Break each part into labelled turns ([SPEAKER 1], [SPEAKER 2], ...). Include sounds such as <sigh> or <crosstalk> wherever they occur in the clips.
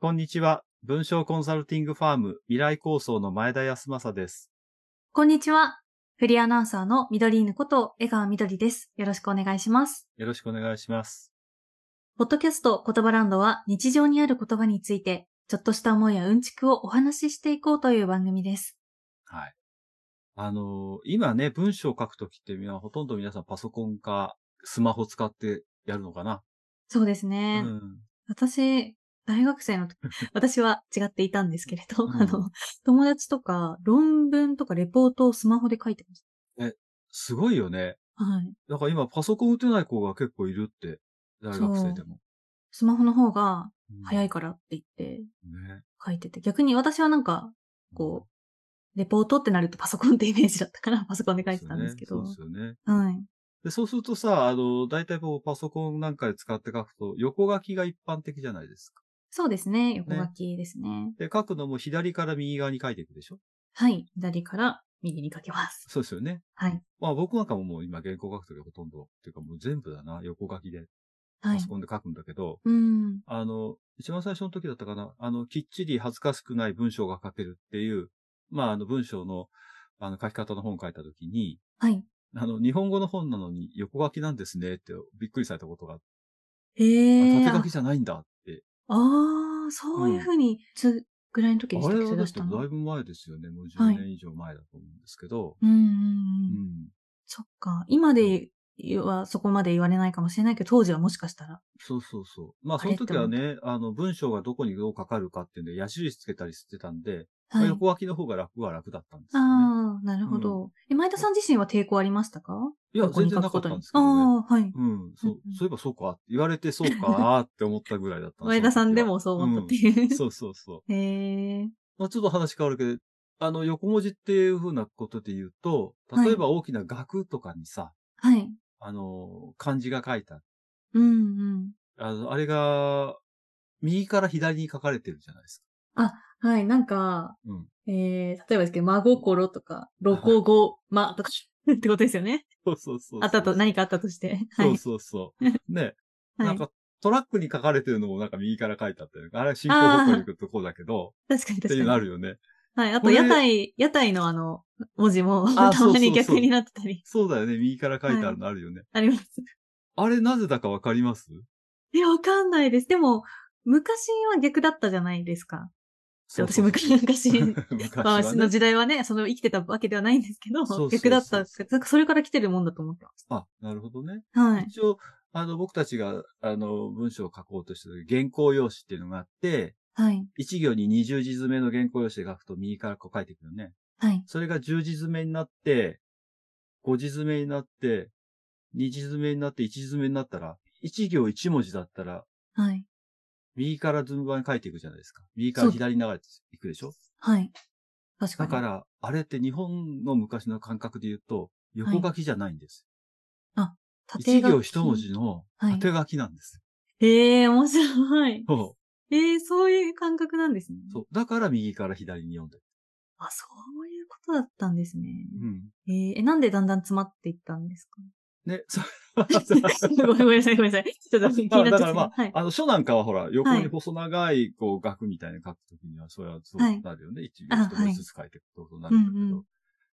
[SPEAKER 1] こんにちは。文章コンサルティングファーム未来構想の前田康政です。
[SPEAKER 2] こんにちは。フリーアナウンサーの緑犬こと江川緑です。よろしくお願いします。
[SPEAKER 1] よろしくお願いします。
[SPEAKER 2] ポッドキャスト言葉ランドは日常にある言葉について、ちょっとした思いやうんちくをお話ししていこうという番組です。
[SPEAKER 1] はい。あのー今ね、文章を書くときってみんなほとんど皆さんパソコンかスマホ使ってやるのかな。
[SPEAKER 2] そうです
[SPEAKER 1] う
[SPEAKER 2] ね。
[SPEAKER 1] ん。
[SPEAKER 2] 私、大学生の
[SPEAKER 1] <laughs>
[SPEAKER 2] 時、私は違っていたんですけれど、
[SPEAKER 1] うん
[SPEAKER 2] あの、友達とか論文とかレポートをスマホで書いてまし
[SPEAKER 1] すごいよね。
[SPEAKER 2] た。はい。
[SPEAKER 1] だから今パソコン打てない子が結構いるって。大学生でも。
[SPEAKER 2] スマホの方が早い
[SPEAKER 1] か
[SPEAKER 2] からって言って
[SPEAKER 1] ら。ね。
[SPEAKER 2] 書いてて、逆に私はなんか、こう、レポートってなるとパソコンってイメージだったから、 <laughs> パソコンで書いてたんですけど。
[SPEAKER 1] そうですよね。そうですよね
[SPEAKER 2] はい。
[SPEAKER 1] で、そうするとさ、あの、大体こうパソコンなんかで使って書くと横書きが一般的じゃないですか。
[SPEAKER 2] そうですね。横書きですね。
[SPEAKER 1] で、書くのも左から右側に書いていくでしょ
[SPEAKER 2] はい。左から右に書けます。
[SPEAKER 1] そうですよね。
[SPEAKER 2] はい。
[SPEAKER 1] まあ僕なんかももう今原稿書くときほとんど、っていうかもう全部だな、横書きで、
[SPEAKER 2] は
[SPEAKER 1] パ
[SPEAKER 2] い
[SPEAKER 1] ソ。コンで書くんだけど、
[SPEAKER 2] うん。
[SPEAKER 1] あの、一番最初の時だったかな、あの、きっちり恥ずかしくない文章が書けるっていう、まああの文章の、あの書き方の本を書いたときに、
[SPEAKER 2] はい。
[SPEAKER 1] あの、日本語の本なのに横書きなんですねってびっくりされたことがあって、
[SPEAKER 2] へえ。
[SPEAKER 1] あ
[SPEAKER 2] あ
[SPEAKER 1] 縦書きじゃないんだって。
[SPEAKER 2] あー、そういうふうに、つぐらいの時でし
[SPEAKER 1] あ
[SPEAKER 2] た
[SPEAKER 1] れ
[SPEAKER 2] っけ
[SPEAKER 1] は
[SPEAKER 2] それ
[SPEAKER 1] だ
[SPEAKER 2] 出
[SPEAKER 1] っ
[SPEAKER 2] してた
[SPEAKER 1] だ
[SPEAKER 2] の。う
[SPEAKER 1] い
[SPEAKER 2] ん
[SPEAKER 1] ぶ前ですよね。もう
[SPEAKER 2] は
[SPEAKER 1] 10
[SPEAKER 2] い
[SPEAKER 1] 年以上前だと思うんですけど。
[SPEAKER 2] うんうん
[SPEAKER 1] う
[SPEAKER 2] うん。
[SPEAKER 1] ん。
[SPEAKER 2] そっか。今ではそこまで言われないかもしれないけど、当時はもしかしたら。
[SPEAKER 1] そうそうそう。まあ、
[SPEAKER 2] あ
[SPEAKER 1] そ
[SPEAKER 2] れ
[SPEAKER 1] の時はね、あの、文章がどこにどうかかるかっていうんで、矢印つけたりしてたんで、まあ
[SPEAKER 2] はい。
[SPEAKER 1] 横書きの方が楽は楽だったんですよね。
[SPEAKER 2] ああ、なるほど。え、前田さん自身は抵抗ありましたか
[SPEAKER 1] いや、
[SPEAKER 2] ここ
[SPEAKER 1] 全
[SPEAKER 2] に書
[SPEAKER 1] 然なか
[SPEAKER 2] くこ
[SPEAKER 1] っ
[SPEAKER 2] と
[SPEAKER 1] たん
[SPEAKER 2] に
[SPEAKER 1] です。けどね。
[SPEAKER 2] ああ、はい。
[SPEAKER 1] うん、そう
[SPEAKER 2] うんうん、
[SPEAKER 1] そういえばそうか、言われてそうか、って思ったぐらいだったんです
[SPEAKER 2] 前田さんでもそう思ったっていう。 <laughs>
[SPEAKER 1] うんそうそうそう。
[SPEAKER 2] へえ。
[SPEAKER 1] まあ、ちょっと話変わるけど、あの、横文字っていうふうなことで言うと、例えば大きな額とかにさ、
[SPEAKER 2] はい。
[SPEAKER 1] あの、漢字が書いた。
[SPEAKER 2] うんうん。
[SPEAKER 1] あの、あれが、右から左に書かれ <laughs> てるじゃないです
[SPEAKER 2] はい、なんか、
[SPEAKER 1] か。うん。
[SPEAKER 2] えー、例えばですけど、真心とか、露骨語、ま、とか、 <laughs> ってことですよね。
[SPEAKER 1] そうそうそうそう。
[SPEAKER 2] あったと、何かあったとして。は
[SPEAKER 1] そう
[SPEAKER 2] い。
[SPEAKER 1] そうそう。ね。
[SPEAKER 2] <laughs> は
[SPEAKER 1] ないん。か、トラックに書かれてるのもなんか右から書いてあったよね。あれは進行方向に行くとこうだけど、
[SPEAKER 2] 確かに
[SPEAKER 1] って
[SPEAKER 2] 確
[SPEAKER 1] いうの
[SPEAKER 2] か
[SPEAKER 1] あ
[SPEAKER 2] に。
[SPEAKER 1] るよね。
[SPEAKER 2] はい。あ、
[SPEAKER 1] ことれ
[SPEAKER 2] 屋台、屋台のあの、文字も、
[SPEAKER 1] あ
[SPEAKER 2] <laughs> たまに
[SPEAKER 1] そうそうそう
[SPEAKER 2] 逆になってたり、
[SPEAKER 1] そうだよね。右から書いてあるのあるよね。
[SPEAKER 2] あります。
[SPEAKER 1] あれなぜだかわかります
[SPEAKER 2] え、わかんないです。でも、昔は逆だったじゃないですか。私、
[SPEAKER 1] そう
[SPEAKER 2] 昔、
[SPEAKER 1] <laughs> そう
[SPEAKER 2] 昔、
[SPEAKER 1] 昔
[SPEAKER 2] まあ、
[SPEAKER 1] は
[SPEAKER 2] 私の
[SPEAKER 1] ね。
[SPEAKER 2] 時代はね、その生きてたわけではないんですけど、
[SPEAKER 1] そうそうそう
[SPEAKER 2] 逆だった。なんかそれから来てるもんだと思ってまし
[SPEAKER 1] あ、なるほどね。
[SPEAKER 2] た。はい。
[SPEAKER 1] 一応、あの、僕たちが、あの、文章を書こうとした時、原稿用紙っていうのがあって、
[SPEAKER 2] はい。
[SPEAKER 1] 一行に20字詰めの原稿用紙で書くと右からこう書いていくよね。
[SPEAKER 2] はい。
[SPEAKER 1] それが10字詰めになって、5字詰めになって、2字詰めになって、1字詰めになったら、1行1文字だったら、
[SPEAKER 2] はい。
[SPEAKER 1] 右から順番に書いていくじゃないですか。右から左に流れていくでしょ
[SPEAKER 2] はい。確
[SPEAKER 1] だ
[SPEAKER 2] かに。
[SPEAKER 1] から、あれって日本の昔の感覚で言うと、横書きじゃないんです。一行一文字の
[SPEAKER 2] はい
[SPEAKER 1] 縦書きなんです。
[SPEAKER 2] へえ、面白い。
[SPEAKER 1] そ
[SPEAKER 2] ええ、そういう感覚なんですね。
[SPEAKER 1] う。そう。だから右から左に読んでる。
[SPEAKER 2] あ、そういうことだったんですね。
[SPEAKER 1] うん。
[SPEAKER 2] えーえ、なんでだんだん詰まっていったんですか
[SPEAKER 1] ね、 <laughs> そ
[SPEAKER 2] <laughs> ごめんごめんなさい、ごめんなさい。ちょっと気になっちゃ
[SPEAKER 1] だか
[SPEAKER 2] って
[SPEAKER 1] らま
[SPEAKER 2] はい。
[SPEAKER 1] あ、あの、書なんかはほら、横
[SPEAKER 2] は
[SPEAKER 1] に
[SPEAKER 2] い
[SPEAKER 1] 細長い、こう、額みたいなの書くときには、それはそう
[SPEAKER 2] はい
[SPEAKER 1] なるよね。一、
[SPEAKER 2] あ
[SPEAKER 1] 一文字ずつ書いていくことになるんだけど。
[SPEAKER 2] うんうん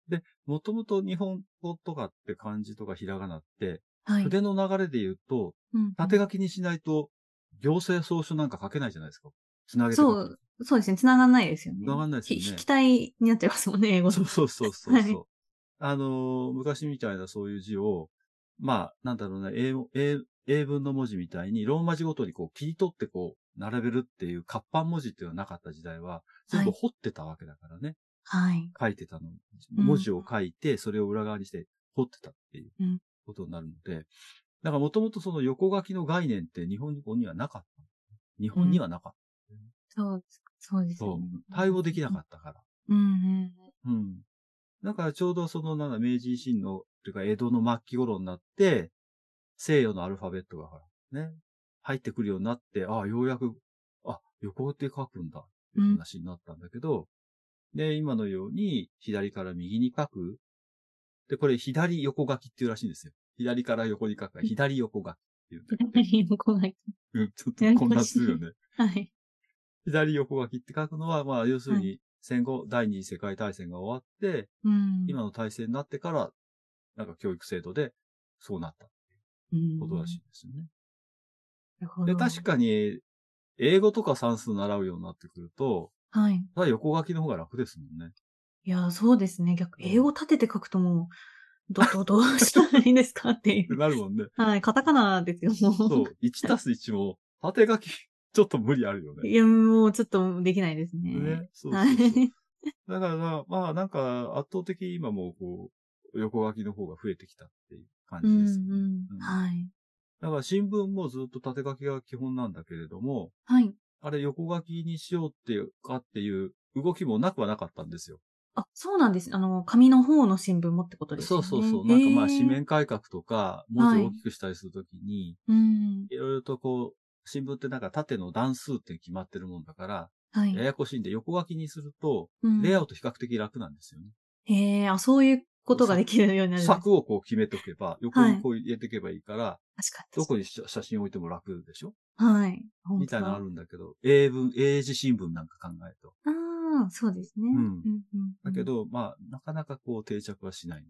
[SPEAKER 1] で、もともと日本語とかって漢字とかひらがなって、
[SPEAKER 2] はい。
[SPEAKER 1] 筆の流れで言うと、
[SPEAKER 2] うんうん
[SPEAKER 1] 縦書きにしないと、行政総書なんか書けないじゃないですか。つなげて書く。
[SPEAKER 2] そう、そうですね。繋がんないですよね。
[SPEAKER 1] 繋がんないですよね
[SPEAKER 2] ひ引き体になっちゃいますもんね、 <laughs> 英語の
[SPEAKER 1] そうそうそうそうそう。
[SPEAKER 2] はい
[SPEAKER 1] あのー昔みたいなそういう字を、まあ、なんだろうね、英語英英文の文字みたいに、ローマ字ごとにこう切り取ってこう、並べるっていう活版文字っていうのはなかった時代は、全部
[SPEAKER 2] はい
[SPEAKER 1] 彫ってたわけだからね。
[SPEAKER 2] はい。
[SPEAKER 1] 書いてたの。
[SPEAKER 2] うん
[SPEAKER 1] 文字を書いて、それを裏側にして彫ってたっていう
[SPEAKER 2] うん
[SPEAKER 1] ことになるので、だからもともとその横書きの概念って日本語にはなかった。日本にはなかっ
[SPEAKER 2] そう、そうですよね。
[SPEAKER 1] た。対応できなか
[SPEAKER 2] っ
[SPEAKER 1] ったから。
[SPEAKER 2] た。うんうん。
[SPEAKER 1] うん。だからちょうどその、なんだ、明治維新の、というか江戸の末期頃になって、西洋のアルファベットがほら、ね、入ってくるようになって、ああ、ようやく、あ、横手書くんだ、っていう話になったんだけど、で、今のように、左から右に書く。で、これ、左横書きっていうらしいんですよ。左から横に書くから、
[SPEAKER 2] <laughs>
[SPEAKER 1] 左横書きっていうんだけど
[SPEAKER 2] 左の子がい
[SPEAKER 1] うん、ちょっと混乱するよね。
[SPEAKER 2] はい。
[SPEAKER 1] 左横書きって書くのは、まあ、要するに戦後、第二次世界大戦が終わって、
[SPEAKER 2] うん。
[SPEAKER 1] 今の体制になってから、なんか教育制度でそうなった
[SPEAKER 2] うん、
[SPEAKER 1] ことらしいですよね。
[SPEAKER 2] なるほど。
[SPEAKER 1] で、確かに、英語とか算数習うようになってくると、
[SPEAKER 2] はい。
[SPEAKER 1] ただ横書きの方が楽ですも
[SPEAKER 2] <laughs>
[SPEAKER 1] んね。
[SPEAKER 2] いや、そうですね。逆、英語立てて書くともう、ど、ど、どうしたらいいですかってい
[SPEAKER 1] って <laughs>
[SPEAKER 2] う。
[SPEAKER 1] なるもんね。
[SPEAKER 2] はい、カタカナですよ、もう。
[SPEAKER 1] そう、1たす1も、縦書き、 <laughs> ちょっと無理あるよね。
[SPEAKER 2] いや、もうちょっとできないですね。
[SPEAKER 1] ね。そう
[SPEAKER 2] は
[SPEAKER 1] そう
[SPEAKER 2] い。
[SPEAKER 1] そう。だから、まあなんか圧倒的に今もうこう、横書きの方が増えてきたっていう感
[SPEAKER 2] う
[SPEAKER 1] じ
[SPEAKER 2] ん、
[SPEAKER 1] です。
[SPEAKER 2] うん。はい。
[SPEAKER 1] だから新聞もずっと縦書きが基本なんだけれども、
[SPEAKER 2] はい。
[SPEAKER 1] あれ横書きにしようっていうかっていう動きもなくはなかったんですよ。
[SPEAKER 2] あ、そうなんです。あの、紙の方の新聞もってことです
[SPEAKER 1] そ
[SPEAKER 2] よ
[SPEAKER 1] う
[SPEAKER 2] ね。
[SPEAKER 1] そうそう。なんかまあ
[SPEAKER 2] へー
[SPEAKER 1] 紙面改革とか、文字を大きくしたりするときに、
[SPEAKER 2] うん。
[SPEAKER 1] いろいろとこう、新聞ってなんか縦の段数って決まってるもんだから、
[SPEAKER 2] はい。
[SPEAKER 1] ややこしいんで横書きにすると、
[SPEAKER 2] うん
[SPEAKER 1] レイアウト比較的楽なんですよね。
[SPEAKER 2] へえ、あ、そういうことができるようになるんです。確
[SPEAKER 1] 柵をこう決めとけば、横にこう入れていけばいいから、
[SPEAKER 2] かに。
[SPEAKER 1] どこに写写真置いても楽でしょ
[SPEAKER 2] はい。本当だ
[SPEAKER 1] みたいなのあるんだけど、英文、英字新聞なんか考えると。
[SPEAKER 2] ああ、そうですね。
[SPEAKER 1] うん
[SPEAKER 2] うんうん
[SPEAKER 1] だけ、ど、まあ、なかなかこう定着はしない、ね。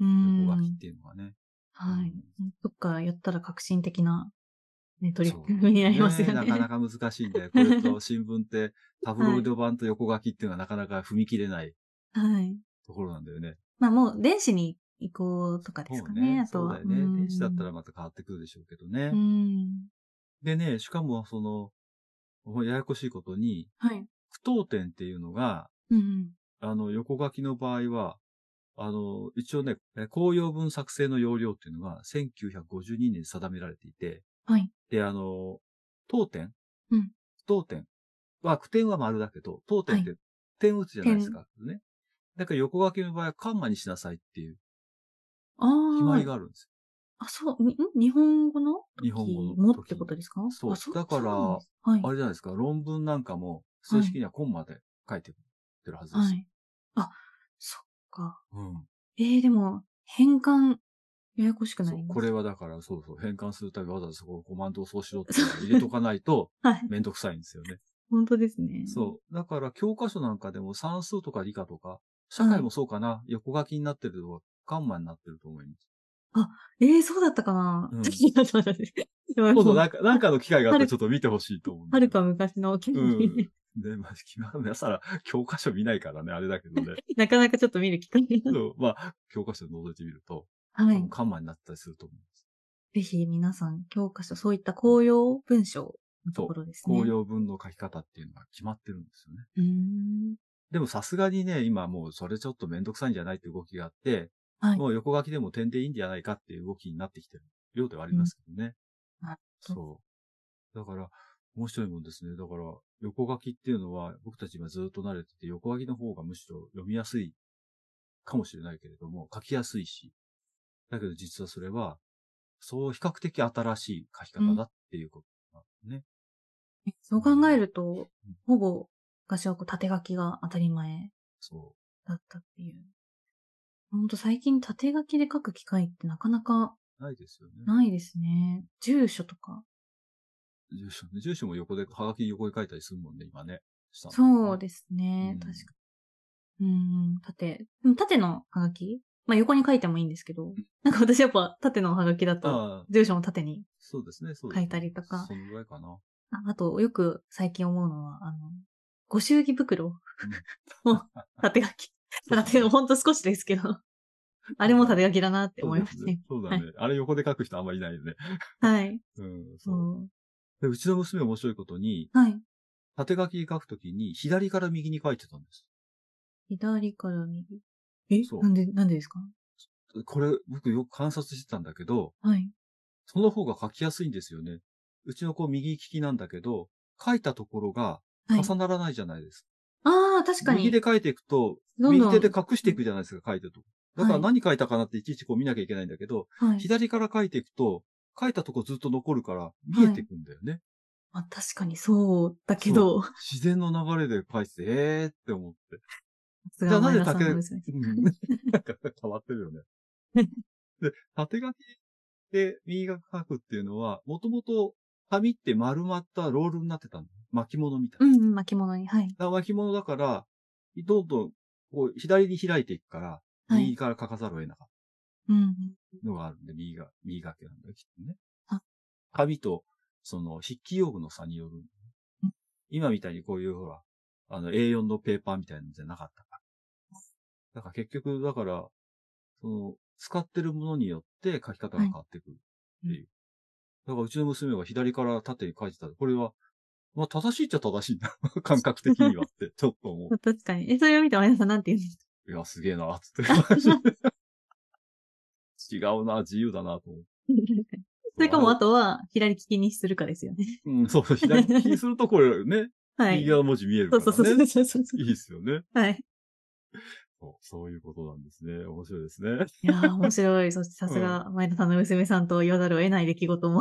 [SPEAKER 2] うん
[SPEAKER 1] 横書きっていうのはね。
[SPEAKER 2] はい
[SPEAKER 1] うん。
[SPEAKER 2] そっか、やったら革新的な、ね、取り
[SPEAKER 1] そう
[SPEAKER 2] 組みになりますよね。
[SPEAKER 1] なかなか難しいんだよ。これと新聞って、タブロイド版と横書きっていうのはなかなか踏み切れない
[SPEAKER 2] <laughs> はい。
[SPEAKER 1] ところなんだよね。
[SPEAKER 2] まあもう、電子に移行とかですかね、あと
[SPEAKER 1] そう
[SPEAKER 2] は。
[SPEAKER 1] だよね。
[SPEAKER 2] うん
[SPEAKER 1] 電子だったらまた変わってくるでしょうけどね
[SPEAKER 2] う。ん。
[SPEAKER 1] でね、しかもその、ややこしいことに、
[SPEAKER 2] はい。
[SPEAKER 1] 句読点っていうのが、
[SPEAKER 2] うん
[SPEAKER 1] あの、横書きの場合は、あの、一応ね、え公用文作成の要領っていうのが1952年に定められていて、
[SPEAKER 2] はい。
[SPEAKER 1] で、あの、当点
[SPEAKER 2] うん
[SPEAKER 1] 当点は、句点は丸だけど、当点って点打つじゃないですか。ね。だから横書きの場合はカンマにしなさいっていう
[SPEAKER 2] うん。ああ。
[SPEAKER 1] 決まりがあるんです
[SPEAKER 2] あ、そう、にん日本語の
[SPEAKER 1] 日本語の
[SPEAKER 2] も
[SPEAKER 1] 時
[SPEAKER 2] ってことですか
[SPEAKER 1] そう
[SPEAKER 2] あう
[SPEAKER 1] だから
[SPEAKER 2] そうなんですはい。
[SPEAKER 1] よ。あれじゃないですか、論文なんかも正式にはコンマで書いてるはずです。
[SPEAKER 2] はい。あ、そっか。
[SPEAKER 1] うん。
[SPEAKER 2] えー、でも、変換、ややこしくな
[SPEAKER 1] そ
[SPEAKER 2] り
[SPEAKER 1] う
[SPEAKER 2] ます。
[SPEAKER 1] これはだから、そうそう、変換するたびわざわざそこのコマンドをそうしろっていうのを入れとかないと、
[SPEAKER 2] はい。
[SPEAKER 1] めんどくさいんですよね。
[SPEAKER 2] 本当ですね。
[SPEAKER 1] そう。だから教科書なんかでも算数とか理科とか、社会もそうかな、横書きになってるとか、カンマになってると思います。
[SPEAKER 2] う。えー、そうだったかな、 <laughs>
[SPEAKER 1] うん
[SPEAKER 2] いやそうだね
[SPEAKER 1] 今度
[SPEAKER 2] は <laughs>
[SPEAKER 1] なんか、なんかの機会があったらちょっと見てほしいと思うんだけ
[SPEAKER 2] る
[SPEAKER 1] ど。
[SPEAKER 2] か昔の記憶
[SPEAKER 1] うん
[SPEAKER 2] に、。
[SPEAKER 1] ね、まあ、今のさら教科書見ないからね、あれだけど
[SPEAKER 2] <laughs>
[SPEAKER 1] ね。
[SPEAKER 2] なかなかちょっと見る機会
[SPEAKER 1] け
[SPEAKER 2] が。
[SPEAKER 1] どまあ、教科書を覗いてみると、
[SPEAKER 2] は
[SPEAKER 1] 多分
[SPEAKER 2] い。
[SPEAKER 1] カンマになったりすると思うんです。
[SPEAKER 2] ぜひ皆さん、教科書、そういった公用文章のところですね。
[SPEAKER 1] 公用文の書き方っていうのが決まってるんですよね。
[SPEAKER 2] うーん。
[SPEAKER 1] でもさすがにね、今もうそれちょっとめんどくさいんじゃないっていう動きがあって、
[SPEAKER 2] はい
[SPEAKER 1] もう横書きでも点でいいんじゃないかっていう動きになってきてるようではありますけどね。
[SPEAKER 2] なるほど
[SPEAKER 1] そう。だから、面白いもんですね。だから、横書きっていうのは僕たち今ずっと慣れてて、横書きの方がむしろ読みやすいかもしれないけれども、書きやすいし。だけど実はそれは、そう比較的新しい書き方だっていうことなんですね。
[SPEAKER 2] そう考えると
[SPEAKER 1] うん、
[SPEAKER 2] ほぼ昔はこう縦書きが当たり前
[SPEAKER 1] そう。
[SPEAKER 2] だったっていう。ほんと最近縦書きで書く機会ってなかなか
[SPEAKER 1] ないですよね。
[SPEAKER 2] ないですね。住所とか。
[SPEAKER 1] 住所ね。住所も横で、はがき横に書いたりするもんね、今ね。下の方
[SPEAKER 2] そう
[SPEAKER 1] ね。
[SPEAKER 2] ですね。
[SPEAKER 1] うん
[SPEAKER 2] 確かに。うん、縦。でも縦のハガキまあ横に書いてもいいんですけど、なんか私やっぱ縦のハガキだと、
[SPEAKER 1] ああ、
[SPEAKER 2] 住所も縦に。
[SPEAKER 1] そうですね、そうですね
[SPEAKER 2] 書いたりとか
[SPEAKER 1] そのぐらいか
[SPEAKER 2] <laughs>
[SPEAKER 1] な。
[SPEAKER 2] ああと、よく最近思うのは、あの、ご祝儀袋を縦書き。縦のほんと少しです
[SPEAKER 1] <laughs>
[SPEAKER 2] けど、あれも縦書きだなって思いますね。
[SPEAKER 1] そうだね。そうだねあれ横で書く人あんまりいないよね。
[SPEAKER 2] はい。
[SPEAKER 1] うん、
[SPEAKER 2] そ
[SPEAKER 1] そう。
[SPEAKER 2] う。
[SPEAKER 1] で、うちの娘面白いことに、
[SPEAKER 2] はい。
[SPEAKER 1] 縦書き書くときに、左から右に書いてたんです。
[SPEAKER 2] 左から右。え
[SPEAKER 1] そう
[SPEAKER 2] なんで、なんでですか
[SPEAKER 1] これ、僕よく観察してたんだけど、
[SPEAKER 2] はい。
[SPEAKER 1] その方が書きやすいんですよね。うちの子右利きなんだけど、書いたところが
[SPEAKER 2] はい。
[SPEAKER 1] 重ならないじゃないです
[SPEAKER 2] ああ、確
[SPEAKER 1] か。
[SPEAKER 2] かに。
[SPEAKER 1] 右で書いていくと、
[SPEAKER 2] どんどん
[SPEAKER 1] 右手で隠していくじゃないですか、書いてると。だから
[SPEAKER 2] はい
[SPEAKER 1] 何書いたかなっていちいちこう見なきゃいけないんだけど、
[SPEAKER 2] はい。
[SPEAKER 1] 左から書いていくと、書いたとこずっと残るから見えてくんだよね。
[SPEAKER 2] まあ、確かにそうだけど、さ
[SPEAKER 1] 自然の流れで書いてて、えーって思って。
[SPEAKER 2] す
[SPEAKER 1] じゃあな
[SPEAKER 2] が
[SPEAKER 1] ぜ
[SPEAKER 2] 前田さん
[SPEAKER 1] 竹、
[SPEAKER 2] の
[SPEAKER 1] うん
[SPEAKER 2] 娘
[SPEAKER 1] なんか変わってるよね。で、縦書きで右が書くっていうのは、もともと紙って丸まったロールになってたの。巻物みたいな。
[SPEAKER 2] うんうん、巻物に。はい。
[SPEAKER 1] だから巻物だから、どんどん、こう、左に開いていくから、
[SPEAKER 2] はい
[SPEAKER 1] 右から書かざるを得なかっ
[SPEAKER 2] うんうん。
[SPEAKER 1] たのがあるんで、右が、右書きなんだよ、きっとね
[SPEAKER 2] あ。
[SPEAKER 1] 紙と、その、筆記用具の差による
[SPEAKER 2] うん。
[SPEAKER 1] 今みたいにこういう、ほら、あの、A4 のペーパーみたいなのじゃなかったから。だから結局、だから、その、使ってるものによって書き方が変わってくるっていう。だからうちの娘は左から縦に書いてた。これは、まあ正しいっちゃ正しいんだ。 <laughs> 感覚的にはって、 <laughs> ちょっと思う。
[SPEAKER 2] 確かに。え、それを見て、あやさんなんて言うんですか
[SPEAKER 1] いや、すげえな、 <laughs> つって。違うな、自由だな、と思う。
[SPEAKER 2] それか <laughs> も、あとは、左利きにするかですよね。
[SPEAKER 1] うん、そう、左利きするとこれね、
[SPEAKER 2] <laughs> はい。
[SPEAKER 1] 右側の文字見えるか
[SPEAKER 2] そう
[SPEAKER 1] ら
[SPEAKER 2] そうそう
[SPEAKER 1] ね。
[SPEAKER 2] そうそうそう。
[SPEAKER 1] いいですよね。
[SPEAKER 2] はい。
[SPEAKER 1] そう、そういうことなんですね。面白いですね。
[SPEAKER 2] いやー、面白い。そしてさすが、前田さんの娘さんと言わざるを得ない出来
[SPEAKER 1] <laughs>
[SPEAKER 2] 事も、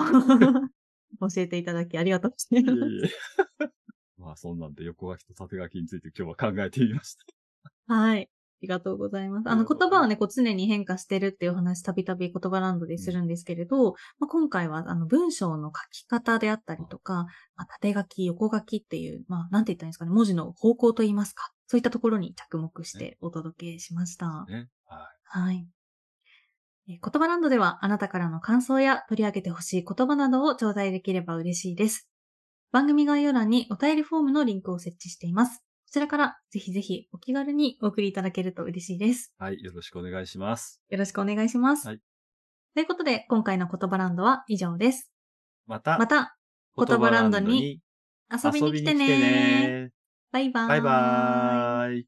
[SPEAKER 2] 教えていただき、ありがとうござい
[SPEAKER 1] いえ
[SPEAKER 2] ます。
[SPEAKER 1] いえ <laughs> まあ、そんなんで横書きと縦書きについて今日は考えてみました。
[SPEAKER 2] はい。ありがとうございます。あ
[SPEAKER 1] あ
[SPEAKER 2] の
[SPEAKER 1] りがとうございます
[SPEAKER 2] 言葉はね、こう常に変化してるっていうお話、たびたび言葉ランドでするんですけれど、まあ、今回はあの文章の書き方であったりとか、まあ、縦書き、横書きっていう、まあ、なんて言ったらいいんですかね、文字の方向といいますか、そういったところに着目してお届けしました。
[SPEAKER 1] ね。は
[SPEAKER 2] はい。えー言葉ランドではあなたからの感想や取り上げてほしい言葉などを頂戴できれば嬉しいです。番組概要欄にお便りフォームのリンクを設置しています。こちらからぜひぜひお気軽にお送りいただけると嬉しいです。
[SPEAKER 1] い。はい、よろしくお願いします。
[SPEAKER 2] よろしくお願いします。
[SPEAKER 1] はい
[SPEAKER 2] ということで、今回の言葉ランドは以上です。
[SPEAKER 1] また、
[SPEAKER 2] また言葉ランドに遊びに来て
[SPEAKER 1] 遊
[SPEAKER 2] ね
[SPEAKER 1] びに来てね
[SPEAKER 2] バイバーイ。
[SPEAKER 1] バイバーイ。